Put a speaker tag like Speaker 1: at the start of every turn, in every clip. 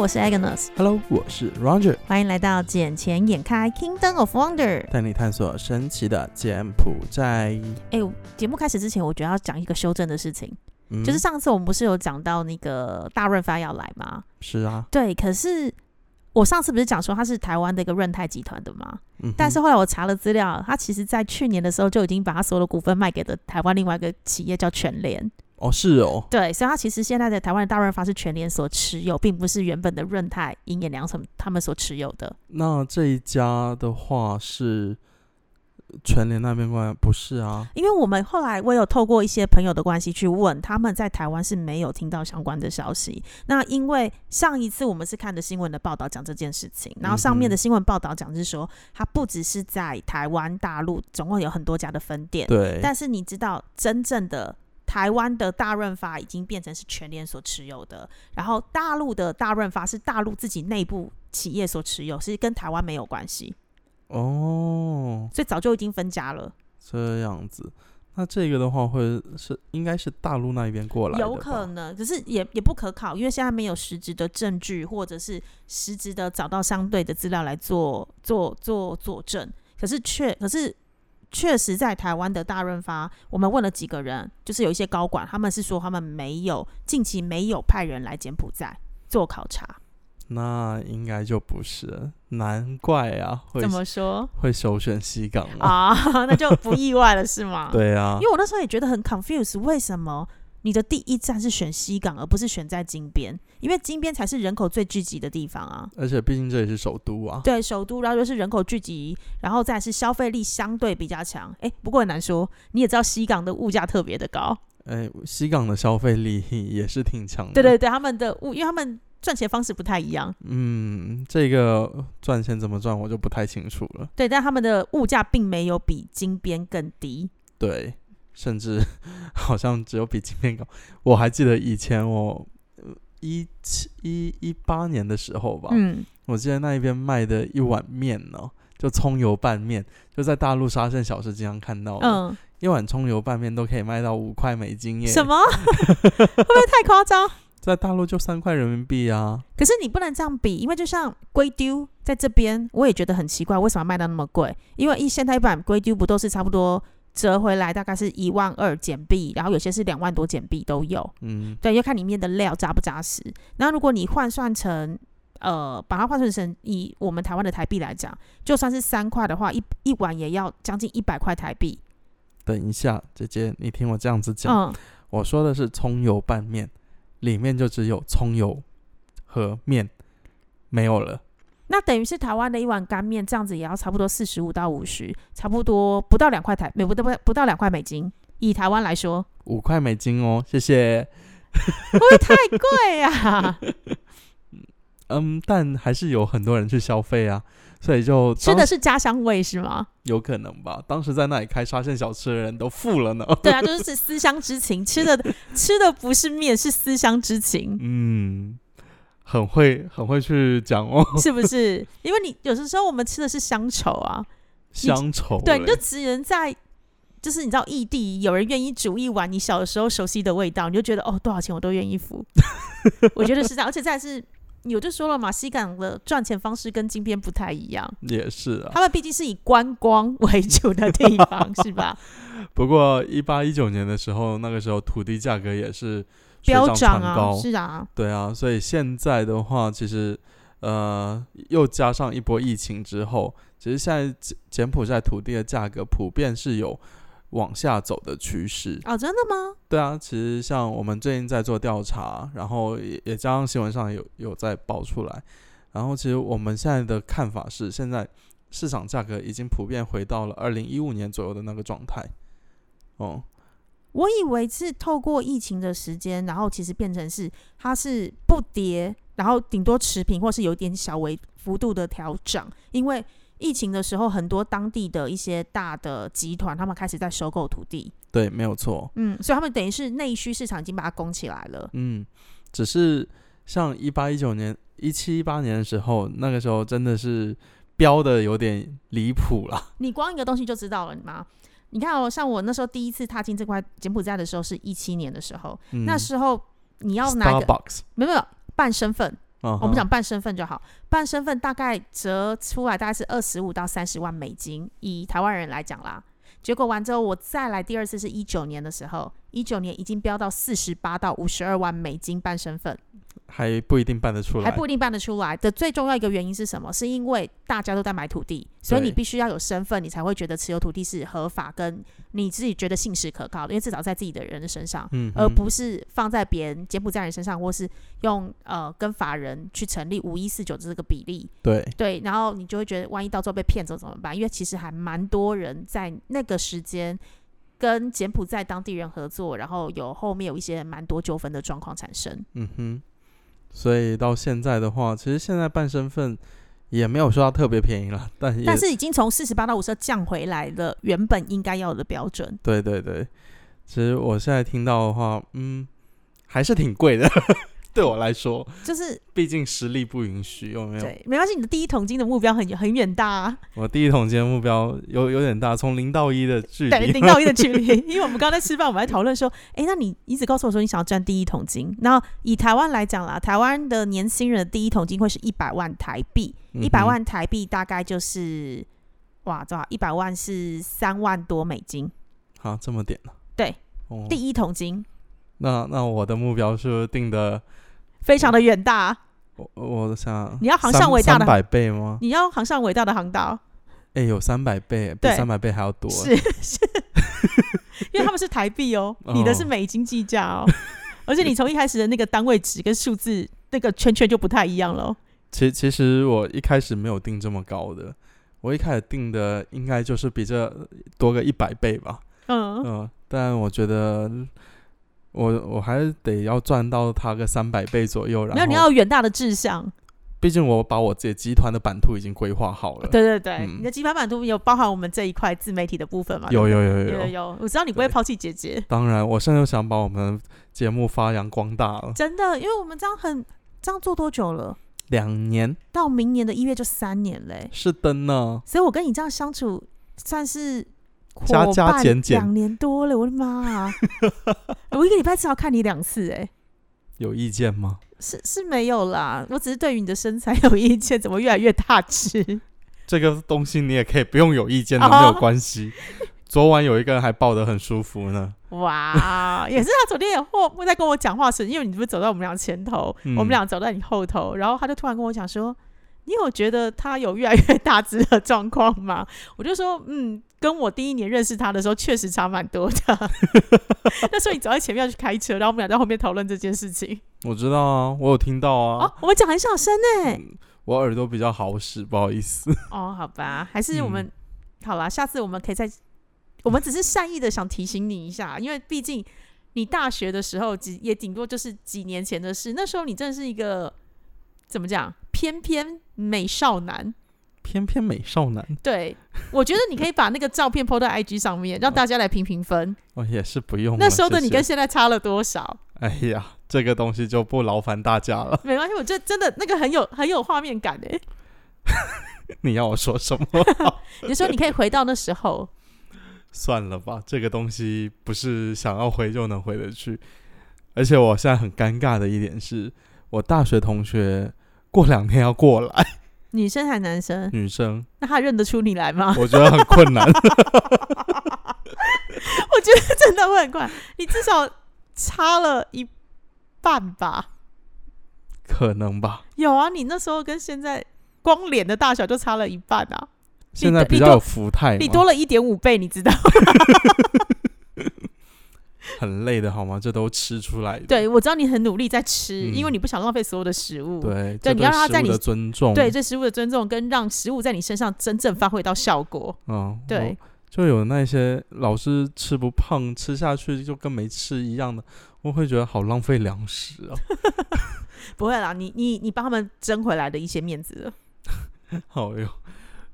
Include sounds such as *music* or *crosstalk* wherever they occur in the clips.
Speaker 1: 我是 Agnes，
Speaker 2: Hello，我是 Roger，
Speaker 1: 欢迎来到《眼前眼开 Kingdom of Wonder》。
Speaker 2: 带你探索神奇的柬埔寨。
Speaker 1: 哎，节目开始之前，我觉得要讲一个修正的事情，
Speaker 2: 嗯
Speaker 1: 就是上次我们不是有讲到那个大润发要来吗？
Speaker 2: 是啊，
Speaker 1: 对，可是我上次不是讲说他是台湾的一个润泰集团的吗？
Speaker 2: 嗯哼，
Speaker 1: 但是后来我查了资料，他其实在去年的时候就已经把他所有的股份卖给了台湾另外一个企业叫全联。
Speaker 2: 哦是哦，
Speaker 1: 对，所以他其实现在的台湾的大润发是全联所持有，并不是原本的润泰、银眼良什么他们所持有的。
Speaker 2: 那这一家的话是呃全联那边过来，不是啊？
Speaker 1: 因为我们后来我有透过一些朋友的关系去问，他们在台湾是没有听到相关的消息。那因为上一次我们是看的新闻的报道讲这件事情，然后上面的
Speaker 2: 嗯哼
Speaker 1: 新闻报道讲是说，它不只是在台湾、大陆，总共有很多家的分店。
Speaker 2: 对，
Speaker 1: 但是你知道，真正的台湾的大润发已经变成是全联所持有的，然后大陆的大润发是大陆自己内部企业所持有，是跟台湾没有关系，
Speaker 2: 哦，
Speaker 1: 所以早就已经分家了。
Speaker 2: 这样子。那这个的话会是应该是大陆那边过来的吧，
Speaker 1: 有可能，可是也也不可靠，因为现在没有实质的证据，或者是实质的找到相对的资料来做做做佐证。可是确可是确实在台湾的大润发，我们问了几个人，就是有一些高管，他们是说他们没有近期没有派人来柬埔寨做考察。
Speaker 2: 那应该就不是，难怪啊，会
Speaker 1: 怎么说
Speaker 2: 会首选西港嘛？
Speaker 1: 啊？ *laughs* 那就不意外了，是吗？。
Speaker 2: 对啊
Speaker 1: 因，为我那时候也觉得很 confused，为什么你的第一站是选西港，而不是选在金边？因为金边才是人口最聚集的地方啊。
Speaker 2: 而且毕竟这也是首都啊。
Speaker 1: 对，首都，然后又是人口聚集，然后再来是消费力相对比较强。哎，不过很难说，你也知道西港的物价特别的高。
Speaker 2: 哎，西港的消费力也是挺强的。
Speaker 1: 对对对，他们的物，因为他们赚钱方式不太一样，
Speaker 2: 嗯，这个赚钱怎么赚我就不太清楚了。
Speaker 1: 对，但他们的物价并没有比金边更低。
Speaker 2: 对，甚至 *laughs* 好像只有比今天高。我还记得以前我一七一一八年的时候吧，
Speaker 1: 嗯，
Speaker 2: 我记得那一边卖的一碗面呢，就葱油拌面，就在大陆沙县小吃经常看到的，
Speaker 1: 嗯，
Speaker 2: 一碗葱油拌面都可以卖到五块美金耶，
Speaker 1: 什？么？ *laughs* 会不会太夸张？
Speaker 2: 在大陆就三块人民币啊。
Speaker 1: 可是你不能这样比，因为就像龟丢在这边，我也觉得很奇怪，为什么要卖到那么贵？因为一现代版龟丢不都是差不多折回来大概是一万二减币，然后有些是两万多减币都有。
Speaker 2: 嗯，
Speaker 1: 对，要看里面的料扎不扎实。那如果你换算成呃，把它换算成以我们台湾的台币来讲，就算是三块的话，一一碗也要将近一百块台币。
Speaker 2: 等一下，姐姐，你听我这样子讲，
Speaker 1: 嗯，
Speaker 2: 我说的是葱油拌面，里面就只有葱油和面，没有了。
Speaker 1: 那等于是台湾的一碗干面，这样子也要差不多四十五到五十，差不多不到两块台，美不到不到两块美金。以台湾来说，
Speaker 2: 五块美金哦，谢谢。
Speaker 1: 会不会太贵
Speaker 2: *laughs*
Speaker 1: 啊？
Speaker 2: 嗯，但还是有很多人去消费啊，所以就
Speaker 1: 吃的
Speaker 2: 当
Speaker 1: 是家乡味是吗？
Speaker 2: 有可能吧。当时在那里开沙县小吃的人都富了呢。 *laughs*
Speaker 1: 对啊，就是 *laughs* 思乡之情，吃的吃的不是面，是思乡之情，
Speaker 2: 嗯，很会很会去
Speaker 1: *laughs*
Speaker 2: 讲哦，
Speaker 1: 是不是？因为你有的时候我们吃的是乡愁啊，
Speaker 2: 乡愁欸嘞。
Speaker 1: 对，你就只能在。就是你知道异地有人愿意煮一碗你小的时候熟悉的味道，你就觉得哦多少钱我都愿意
Speaker 2: *laughs*
Speaker 1: 付。我觉得是这样，而且再来是，我就说了嘛，西港的赚钱方式跟金边不太一样，
Speaker 2: 也是啊。
Speaker 1: 他们毕竟是以观光为主的地方，是
Speaker 2: *laughs*
Speaker 1: 吧？
Speaker 2: 不过一八一九年的时候，那个时候土地价格也是水
Speaker 1: 飙涨
Speaker 2: 船
Speaker 1: 啊
Speaker 2: 高，，
Speaker 1: 是啊，
Speaker 2: 对啊，所以现在的话，其实呃，又加上一波疫情之后，其实现在柬柬埔寨土地的价格普遍是有往下走的趋势。
Speaker 1: 哦，真的吗？
Speaker 2: 对啊，其实像我们最近在做调查，然后也也加上新闻上有有在爆出来，然后其实我们现在的看法是，现在市场价格已经普遍回到了二零一五年左右的那个状态。哦、
Speaker 1: 我以为是透过疫情的时间，然后其实变成是它是不跌，然后顶多持平或是有一点小微幅度的调整，因为疫情的时候，很多当地的一些大的集团他们开始在收购土地，
Speaker 2: 对，没有错。
Speaker 1: 嗯，所以他们等于是内需市场已经把它供起来了。
Speaker 2: 嗯，只是像一八一九年、一七一八年的时候，那个时候真的是飙的有点离谱啦。
Speaker 1: 你光一个东西就知道了嘛。你看哦，像我那时候第一次踏进这块柬埔寨的时候是一七年的时候，
Speaker 2: 嗯、
Speaker 1: 那时候你要拿一个
Speaker 2: Starbucks
Speaker 1: 没有没有办身份，
Speaker 2: 嗯
Speaker 1: 我们
Speaker 2: 哼
Speaker 1: 讲办身份就好，办身份大概折出来大概是二十五到三十万美金，以台湾人来讲啦。结果完之后，我再来第二次是一九年的时候，一九年已经飙到四十八到五十二万美金办身份，
Speaker 2: 还不一定办得出
Speaker 1: 还
Speaker 2: 来，
Speaker 1: 不一定办得出来的。最重要一个原因是什么？是因为大家都在买土地，所以
Speaker 2: 对
Speaker 1: 你必须要有身份，你才会觉得持有土地是合法，跟你自己觉得信实可靠的，因为至少在自己的人的身上。
Speaker 2: 嗯
Speaker 1: 而呃
Speaker 2: 哼
Speaker 1: 不是放在别人柬埔寨人身上，或是用呃跟法人去成立五一四九这个比例，
Speaker 2: 对，
Speaker 1: 对，然后你就会觉得万一到时候被骗走怎么办？因为其实还蛮多人在那个时间跟柬埔寨当地人合作，然后有后面有一些蛮多纠纷的状况产生。
Speaker 2: 嗯哼。所以到现在的话，其实现在办身份也没有说它特别便宜了，但也
Speaker 1: 但是已经从四十八到五十降回来了，原本应该要的标准。
Speaker 2: 对对对，其实我现在听到的话，嗯，还是挺贵的， *laughs* 对我来说，
Speaker 1: 就是
Speaker 2: 毕竟实力不允许，有没有？
Speaker 1: 对，没关系，你的第一桶金的目标很很远大、啊，
Speaker 2: 我第一桶金的目标有有点大，从零到一的距
Speaker 1: 对，
Speaker 2: 离，
Speaker 1: 零到一的距离。
Speaker 2: *laughs*
Speaker 1: 因为我们刚刚在吃饭，我们在讨论说，诶，那你一直告诉我说你想要赚第一桶金，那以台湾来讲啦，台湾的年轻人的第一桶金会是一百万台币，一百、
Speaker 2: 嗯哼
Speaker 1: 万台币大概就是哇，多少？一百万是三万多美金，
Speaker 2: 哦好、这么点呢、
Speaker 1: 对，
Speaker 2: 哦，
Speaker 1: 第一桶金
Speaker 2: 那那我的目标是不是定的，
Speaker 1: 非常的远大，
Speaker 2: 我我想
Speaker 1: 你要航向伟大的
Speaker 2: 三百倍吗？
Speaker 1: 你要航上伟大的航道，
Speaker 2: 哎、有三百倍，比
Speaker 1: 对
Speaker 2: 三百倍还要多。
Speaker 1: 是是，因为他们是台币哦，你的是
Speaker 2: *laughs* 哦
Speaker 1: 美金计价
Speaker 2: *laughs*
Speaker 1: 哦，而且你从一开始的那个单位值跟数字那个圈圈就不太一样喽。
Speaker 2: 其其实我一开始没有定这么高的，我一开始定的应该就是比这多个一百倍吧。
Speaker 1: 嗯，
Speaker 2: 嗯，但我觉得我我还是得要赚到它个三百倍左右，然
Speaker 1: 没有，
Speaker 2: 后
Speaker 1: 你要有远大的志向。
Speaker 2: 毕竟我把我自己集团的版图已经规划好了。，
Speaker 1: 对对对，
Speaker 2: 嗯
Speaker 1: 你的基本版图有包含我们这一块自媒体的部分嘛？
Speaker 2: 有有有
Speaker 1: 对不
Speaker 2: 有
Speaker 1: 啊对有
Speaker 2: 有。
Speaker 1: 有，我知道你不会
Speaker 2: 对
Speaker 1: 抛弃姐姐，
Speaker 2: 当然，我甚至想把我们节目发扬光大了。
Speaker 1: 真的，因为我们这样很这样做多久了？
Speaker 2: 两年
Speaker 1: 到明年的一月就三年嘞、
Speaker 2: 是的呢，
Speaker 1: 所以我跟你这样相处算是伙
Speaker 2: 加加
Speaker 1: 伴
Speaker 2: 减减
Speaker 1: 两年多了，我的妈、
Speaker 2: *laughs*
Speaker 1: 啊！我一个礼拜至少看你两次、哎，
Speaker 2: 有意见吗？
Speaker 1: 是是没有啦，我只是对于你的身材有意见，怎么越来越大只？
Speaker 2: 这个东西你也可以不用有意见的，
Speaker 1: 啊
Speaker 2: 没有关系。昨晚有一个人还抱得很舒服呢，
Speaker 1: 哇，也是他昨天也或不在跟我讲话时，因为你不是走在我们俩前头，
Speaker 2: 嗯
Speaker 1: 我们俩走在你后头，然后他就突然跟我讲说：“你有觉得他有越来越大只的状况吗？”我就说：“嗯，跟我第一年认识他的时候确实差蛮多的。 *laughs* 那时候你走在前面要去开车，然后我们俩在后面讨论这件事情。
Speaker 2: 我知道啊，我有听到啊，
Speaker 1: 哦，我们讲很小声呢、
Speaker 2: 我耳朵比较好使，不好意思。
Speaker 1: 哦，好吧，还是我们、
Speaker 2: 嗯
Speaker 1: 好啦，下次我们可以再，我们只是善意的想提醒你一下，因为毕竟你大学的时候几也顶多就是几年前的事，那时候你真的是一个怎么讲，翩翩美少男。
Speaker 2: 嗯偏偏美少男
Speaker 1: 对，我觉得你可以把那个照片 PO 到 IG 上面，让大家来评评分。
Speaker 2: 哦，也是不用了。
Speaker 1: 那时候的
Speaker 2: 谢
Speaker 1: 你
Speaker 2: 谢
Speaker 1: 跟现在差了多少？
Speaker 2: 哎呀，这个东西就不劳烦大家了。 *laughs*
Speaker 1: 没关系，我觉得真的那个很有很有画面感欸诶。
Speaker 2: 你要我说什么？
Speaker 1: 你说你可以回到那时候，
Speaker 2: 算了吧，这个东西不是想要回就能回得去。而且我现在很尴尬的一点是，我大学同学过两天要过来，
Speaker 1: 女生还男生，
Speaker 2: 女
Speaker 1: *laughs*
Speaker 2: 生，
Speaker 1: 那他认得出你来吗？
Speaker 2: 我觉得很困难。
Speaker 1: 我觉得 *laughs* 真的会很快，你至少差了一半吧？
Speaker 2: 可
Speaker 1: *laughs*
Speaker 2: 能吧。
Speaker 1: 有啊，你那时候跟现在光脸的大小就差了一半啊，
Speaker 2: 现在比较有福态嘛，
Speaker 1: 你多了一点五倍，你知道？
Speaker 2: 很累的好吗？这都吃出来
Speaker 1: *laughs*
Speaker 2: 的。
Speaker 1: 对，我知道你很努力在吃，
Speaker 2: 嗯
Speaker 1: 因为你不想浪费所有的食物。
Speaker 2: 对，
Speaker 1: 对
Speaker 2: 这
Speaker 1: 你要让它
Speaker 2: 食
Speaker 1: 在
Speaker 2: 物
Speaker 1: 你
Speaker 2: 的尊重。
Speaker 1: 对，对食物的尊重跟让食物在你身上真正发挥到效果。
Speaker 2: 嗯，我
Speaker 1: 对，
Speaker 2: 就有那些老是吃不胖，吃下去就跟没吃一样的，我会觉得好浪费粮食啊。
Speaker 1: 不会啦，你你你帮他们争回来的一些面子了。
Speaker 2: *laughs* 好哟，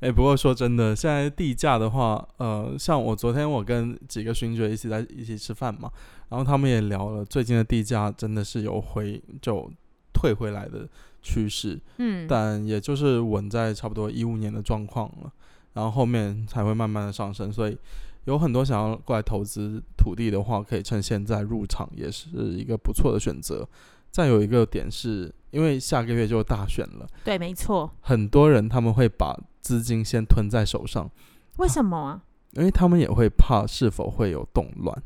Speaker 2: 哎、不过说真的，现在地价的话，呃，像我昨天我跟几个勋爵一起在一起吃饭嘛，然后他们也聊了最近的地价真的是有回就退回来的趋势，
Speaker 1: 嗯，
Speaker 2: 但也就是稳在差不多一五年的状况了，然后后面才会慢慢的上升，所以有很多想要过来投资土地的话，可以趁现在入场，也是一个不错的选择。再有一个点是，因为下个月就大选了，
Speaker 1: 对，没错。
Speaker 2: 很多人他们会把资金先吞在手上，
Speaker 1: 为什么啊？
Speaker 2: 因为他们也会怕是否会有动乱。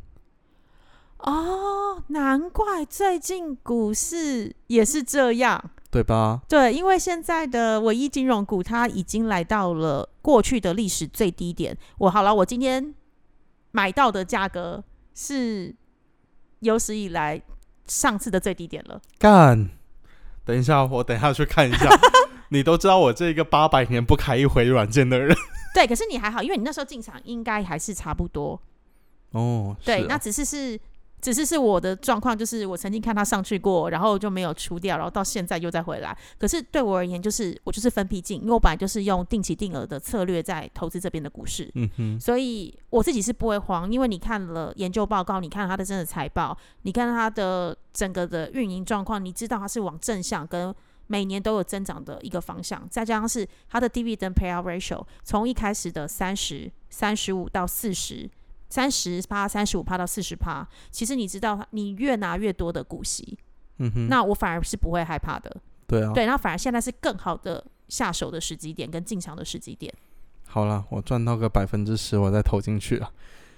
Speaker 1: 哦，难怪最近股市也是这样。
Speaker 2: 对吧？
Speaker 1: 对，因为现在的唯一金融股，它已经来到了过去的历史最低点。我好了，我今天买到的价格是有史以来上次的最低点了。
Speaker 2: 干！等一下，我等一下去看一 *laughs* 下。你都知道我这个八百年不开一回软件的人
Speaker 1: 对，可是你还好，因为你那时候进场应该还是差不多。
Speaker 2: 哦，是
Speaker 1: 对，
Speaker 2: 哦
Speaker 1: 那只是是。只是是我的状况，就是我曾经看它上去过，然后就没有出掉，然后到现在又再回来。可是对我而言，就是我就是分批进，因为我本来就是用定期定额的策略在投资这边的股市。
Speaker 2: 嗯哼，
Speaker 1: 所以我自己是不会慌，因为你看了研究报告，你看了他的真的财报，你看他的整个的运营状况，你知道它是往正向跟每年都有增长的一个方向，再加上是它的 dividend payout ratio 从一开始的三十三十五到四十。三十趴、三十五趴到四十趴，其实你知道，你越拿越多的股息，
Speaker 2: 嗯哼，
Speaker 1: 那我反而是不会害怕的。
Speaker 2: 对啊，
Speaker 1: 对，那反而现在是更好的下手的时机点跟进场的时机点。
Speaker 2: 好了，我赚到个百分之十，我再投进去啊。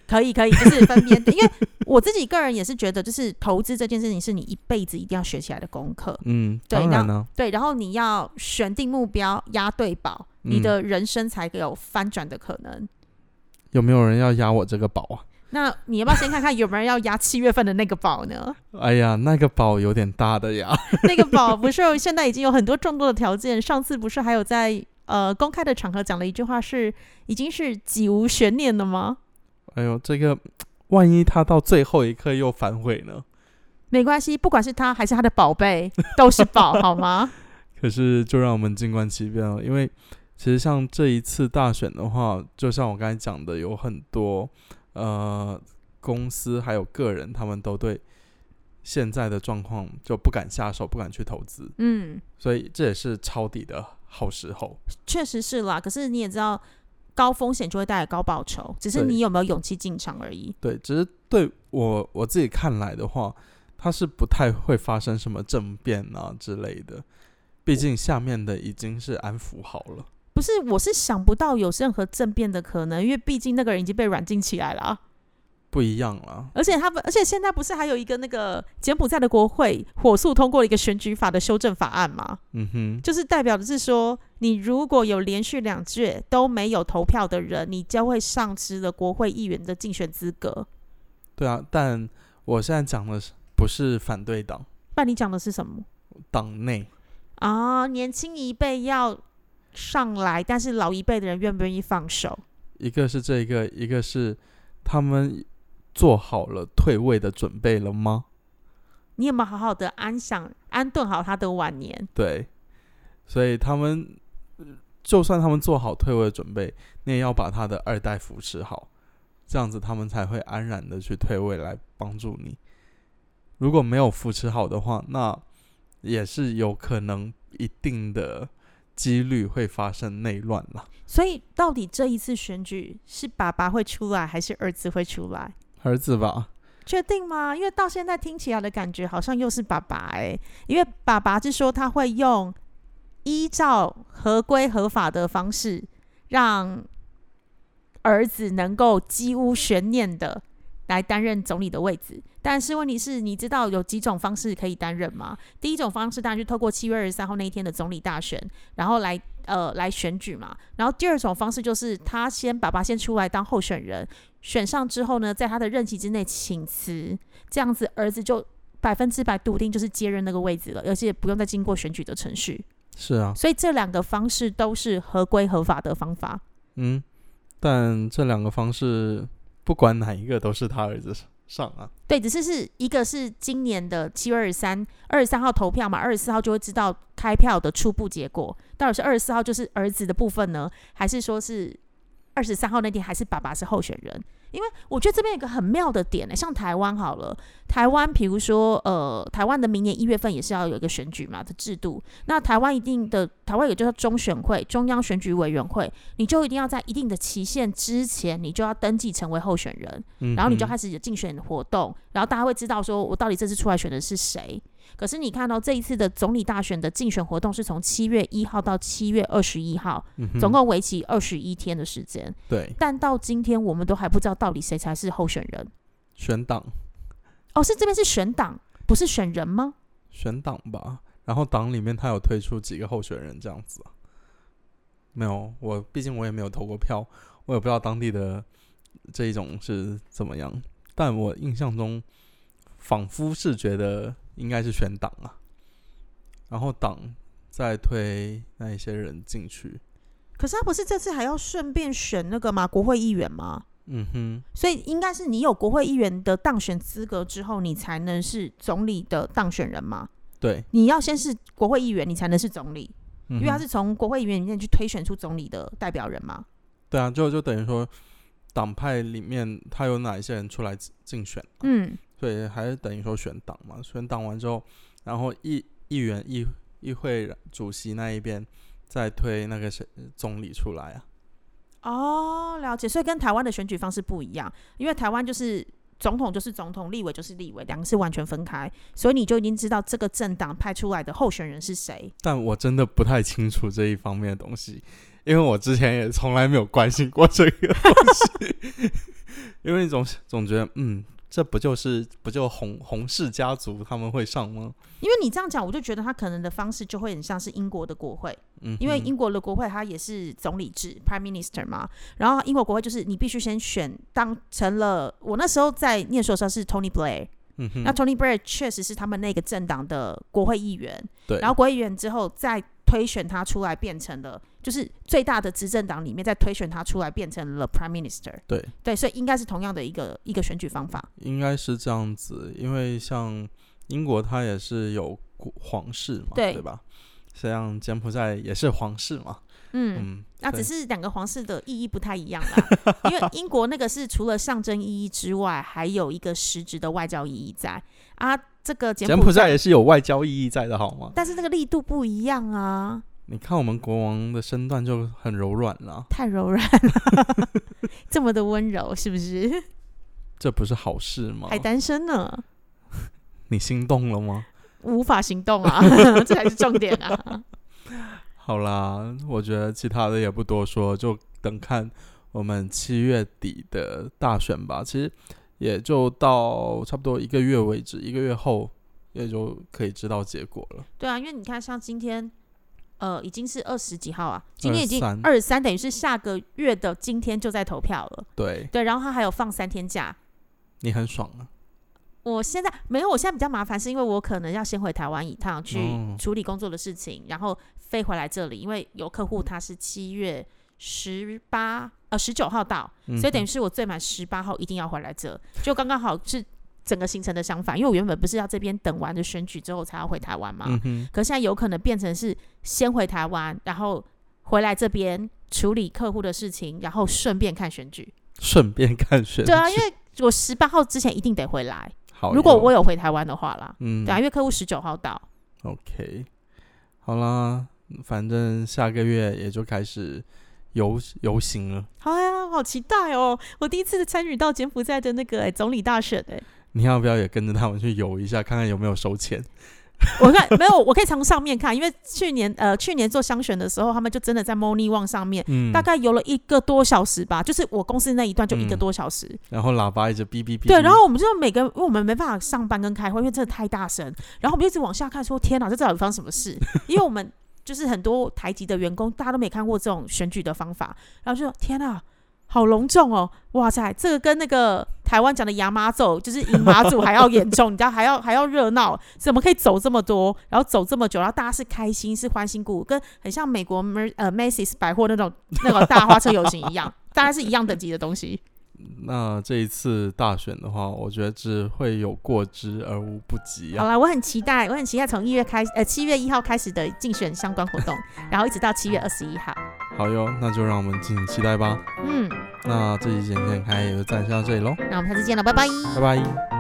Speaker 1: 可以可以，就是分边对，因为我自己个人也是觉得，就是投资这件事情是你一辈子一定要学起来的功课。
Speaker 2: 嗯，
Speaker 1: 对
Speaker 2: 当
Speaker 1: 那
Speaker 2: 然呢、
Speaker 1: 对，然后你要选定目标，押对宝，你
Speaker 2: 嗯
Speaker 1: 的人生才有翻转的可能。
Speaker 2: 有没有人要压我这个宝啊？
Speaker 1: 那你要不要先看看有没有人要押七月份的那个宝呢？ *laughs*
Speaker 2: 哎呀，那个宝有点大的呀。
Speaker 1: 那个宝不是现在已经有很多众多的条件，上次不是还有在呃公开的场合讲了一句话是已经是几无悬念了吗？
Speaker 2: 哎呦，这个万一他到最后一刻又反悔呢？
Speaker 1: 没关系，不管是他还是他的宝贝，都是宝，好吗？
Speaker 2: 可是就让我们静观其变了，因为其实像这一次大选的话，就像我刚才讲的，有很多呃公司还有个人，他们都对现在的状况就不敢下手，不敢去投资，
Speaker 1: 嗯。
Speaker 2: 所以这也是抄底的好时候。
Speaker 1: 确实是啦，可是你也知道，高风险就会带来高报酬，只是
Speaker 2: 对
Speaker 1: 你有没有勇气进场而已。
Speaker 2: 对，只是对我我自己看来的话，它是不太会发生什么政变啊之类的，毕竟下面的已经是安抚好了。
Speaker 1: 不是，我是想不到有任何政变的可能，因为毕竟那个人已经被软禁起来了啊。
Speaker 2: 不一样了，
Speaker 1: 而且他们，而且现在不是还有一个那个柬埔寨的国会火速通过了一个选举法的修正法案吗？
Speaker 2: 嗯哼，
Speaker 1: 就是代表的是说，你如果有连续两届都没有投票的人，你将会丧失了国会议员的竞选资格。
Speaker 2: 对啊，但我现在讲的是不是反对党，
Speaker 1: 那你讲的是什么？
Speaker 2: 党内
Speaker 1: 啊，年轻一辈要上来，但是老一辈的人愿不愿意放手？
Speaker 2: 一个是这个，一个是他们做好了退位的准备了吗？
Speaker 1: 你有没有好好的安享安顿好他的晚年？
Speaker 2: 对，所以他们就算他们做好退位的准备，你也要把他的二代扶持好，这样子他们才会安然的去退位来帮助你。如果没有扶持好的话，那也是有可能一定的几率会发生内乱啦。
Speaker 1: 所以到底这一次选举是爸爸会出来，还是儿子会出来？
Speaker 2: 儿子吧，
Speaker 1: 确定吗？因为到现在听起来的感觉好像又是爸爸哎、因为爸爸是说他会用依照合规合法的方式，让儿子能够几无悬念的来担任总理的位置。但是问题是，你知道有几种方式可以担任吗？第一种方式当然是透过七月二十三号那一天的总理大选，然后来呃来选举嘛。然后第二种方式就是他先爸爸先出来当候选人，选上之后呢，在他的任期之内请辞，这样子儿子就百分之百笃定就是接任那个位置了，而且不用再经过选举的程序。
Speaker 2: 是啊，
Speaker 1: 所以这两个方式都是合规合法的方法。
Speaker 2: 嗯，但这两个方式不管哪一个都是他儿子上啊。
Speaker 1: 对，只是是一个是今年的七月二十三、二十三号投票嘛，二十四号就会知道开票的初步结果。到底是二十四号就是儿子的部分呢，还是说是二十三号那天还是爸爸是候选人？因为我觉得这边有一个很妙的点呢、像台湾好了，台湾比如说呃，台湾的明年一月份也是要有一个选举嘛的制度，那台湾一定的台湾也就是中选会、中央选举委员会，你就一定要在一定的期限之前，你就要登记成为候选人。
Speaker 2: 嗯哼，
Speaker 1: 然后你就开始有竞选活动，然后大家会知道说我到底这次出来选的是谁。可是你看到、这一次的总理大选的竞选活动是从七月一号到七月二十一号，
Speaker 2: 嗯哼
Speaker 1: 总共为期二十一天的时间。
Speaker 2: 对
Speaker 1: 但到今天我们都还不知道到底谁才是候选人。
Speaker 2: 选党
Speaker 1: 哦，是这边是选党，不是选人吗？
Speaker 2: 选党吧，然后党里面他有推出几个候选人这样子啊。没有，我毕竟我也没有投过票，我也不知道当地的这一种是怎么样。但我印象中，仿佛是觉得应该是选党啊，然后党再推那一些人进去。
Speaker 1: 可是他不是这次还要顺便选那个吗？国会议员吗？
Speaker 2: 嗯哼，
Speaker 1: 所以应该是你有国会议员的当选资格之后，你才能是总理的当选人吗？
Speaker 2: 对，
Speaker 1: 你要先是国会议员，你才能是总理，
Speaker 2: 因
Speaker 1: 因为他是从国会议员里面去推选出总理的代表人嘛。
Speaker 2: 对啊，就就等于说，党派里面他有哪一些人出来竞竞选、啊？
Speaker 1: 嗯，
Speaker 2: 所以还是等于说选党嘛，选党完之后，然后议议员议议会主席那一边再推那个谁总理出来啊，
Speaker 1: 哦，了解。所以跟台湾的选举方式不一样，因为台湾就是总统就是总统，立委就是立委，两个是完全分开，所以你就已经知道这个政党派出来的候选人是谁。
Speaker 2: 但我真的不太清楚这一方面的东西，因为我之前也从来没有关心过这个东西， *laughs* 因为总总觉得嗯，这不就是不就洪洪氏家族他们会上吗？
Speaker 1: 因为你这样讲，我就觉得他可能的方式就会很像是英国的国会，
Speaker 2: 嗯哼，
Speaker 1: 因为英国的国会它也是总理制 （Prime Minister） 嘛。然后英国国会就是你必须先选当成了，我那时候在念书的时候是 Tony Blair，
Speaker 2: 嗯哼，
Speaker 1: 那 Tony Blair 确实是他们那个政党的国会议员，
Speaker 2: 对，
Speaker 1: 然后国会议员之后再推选他出来，变成了就是最大的执政党里面再推选他出来，变成了 Prime Minister。
Speaker 2: 对
Speaker 1: 对，所以应该是同样的一个一个选举方法。
Speaker 2: 应该是这样子，因为像英国它也是有国皇室嘛，
Speaker 1: 对
Speaker 2: 吧？像柬埔寨也是皇室嘛，
Speaker 1: 嗯，
Speaker 2: 嗯，
Speaker 1: 那、
Speaker 2: 对
Speaker 1: 只是两个皇室的意义不太一样
Speaker 2: *laughs*
Speaker 1: 啦，因为英国那个是除了象征意义之外，还有一个实质的外交意义在啊。这个柬
Speaker 2: 柬埔寨也是有外交意义在的好吗？
Speaker 1: 但是那个力度不一样啊，
Speaker 2: 你看我们国王的身段就很柔软啦，
Speaker 1: 太柔软
Speaker 2: *laughs*
Speaker 1: 了，这么的温柔是不是？
Speaker 2: 这不是好事吗
Speaker 1: 还？单身呢？
Speaker 2: 你心动了吗？
Speaker 1: 无法行动啊， *laughs* 这才是重点啊。
Speaker 2: 好啦，我觉得其他的也不多说，就等看我们七月底的大选吧。其实也就到差不多一个月为止，一个月后也就可以知道结果了。
Speaker 1: 对啊，因为你看，像今天，呃，已经是二十几号啊，今天已经
Speaker 2: 23
Speaker 1: 二十三，等于是下个月的今天就在投票了。
Speaker 2: 对
Speaker 1: 对，然后他还有放三天假。
Speaker 2: 你很爽啊，
Speaker 1: 我现在没有，我现在比较麻烦，是因为我可能要先回台湾一趟去
Speaker 2: 哦
Speaker 1: 处理工作的事情，然后飞回来这里，因为有客户他是七月十八呃十九号到，
Speaker 2: 嗯
Speaker 1: 所以等于
Speaker 2: 哼
Speaker 1: 是我最满十八号一定要回来这，就刚刚好是整个行程的相反，因为我原本不是要这边等完的选举之后才要回台湾嘛，
Speaker 2: 嗯哼，
Speaker 1: 可现在有可能变成是先回台湾，然后回来这边处理客户的事情，然后顺便看选举。
Speaker 2: 顺便看选
Speaker 1: 对啊，因
Speaker 2: 举
Speaker 1: 为我十八号之前一定得回来，
Speaker 2: 好，
Speaker 1: 如果我
Speaker 2: 哦有
Speaker 1: 有回台湾的话啦，
Speaker 2: 嗯
Speaker 1: 对啊，因为客户十九号到。
Speaker 2: ，OK，好啦，反正下个月也就开始游游行了。
Speaker 1: 哎呀，好期待哦！我第一次参与到柬埔寨的那个、哎总理大选哎、
Speaker 2: 你要不要也跟着他们去游一下，看看有没有收钱？
Speaker 1: 我看没有，我可以从上面看，因为去年呃去年做商选的时候，他们就真的在 Money One 上面。
Speaker 2: 嗯，
Speaker 1: 大概游了一个多小时吧，就是我公司那一段就一个
Speaker 2: 嗯
Speaker 1: 多小时。
Speaker 2: 然后喇叭一直哔哔哔哔。
Speaker 1: 对，然后我们就每个，因为我们没办法上班跟开会，因为真的太大声。然后我们就一直往下看说，天哪，这到底发生什么事？ *laughs* 因为我们就是很多台籍的员工，大家都没看过这种选举的方法，然后就说天哪，好隆重哦！哇塞，这个跟那个台湾讲的亚妈走，就是饮马祖还要严重，你 *laughs* 知道还要还要热闹，怎么可以走这么多，然后走这么久，然后大家是开心是欢欣鼓舞，跟很像美国 Mer 呃 Macy's 百货那种那个大花车游行一样，大家是一样等级的东西。
Speaker 2: 那这一次大选的话，我觉得只会有过之而无不及
Speaker 1: 好
Speaker 2: 啊。
Speaker 1: 啦，我很期待，我很期待从一月开呃七月一号开始的竞选相关活动，然后一直到七月二十一号。
Speaker 2: 好哟，那就让我们敬请期待吧。
Speaker 1: 嗯，
Speaker 2: 那这期剪片开也就暂时到这里喽，
Speaker 1: 那我们下次见了，拜拜。
Speaker 2: 拜拜。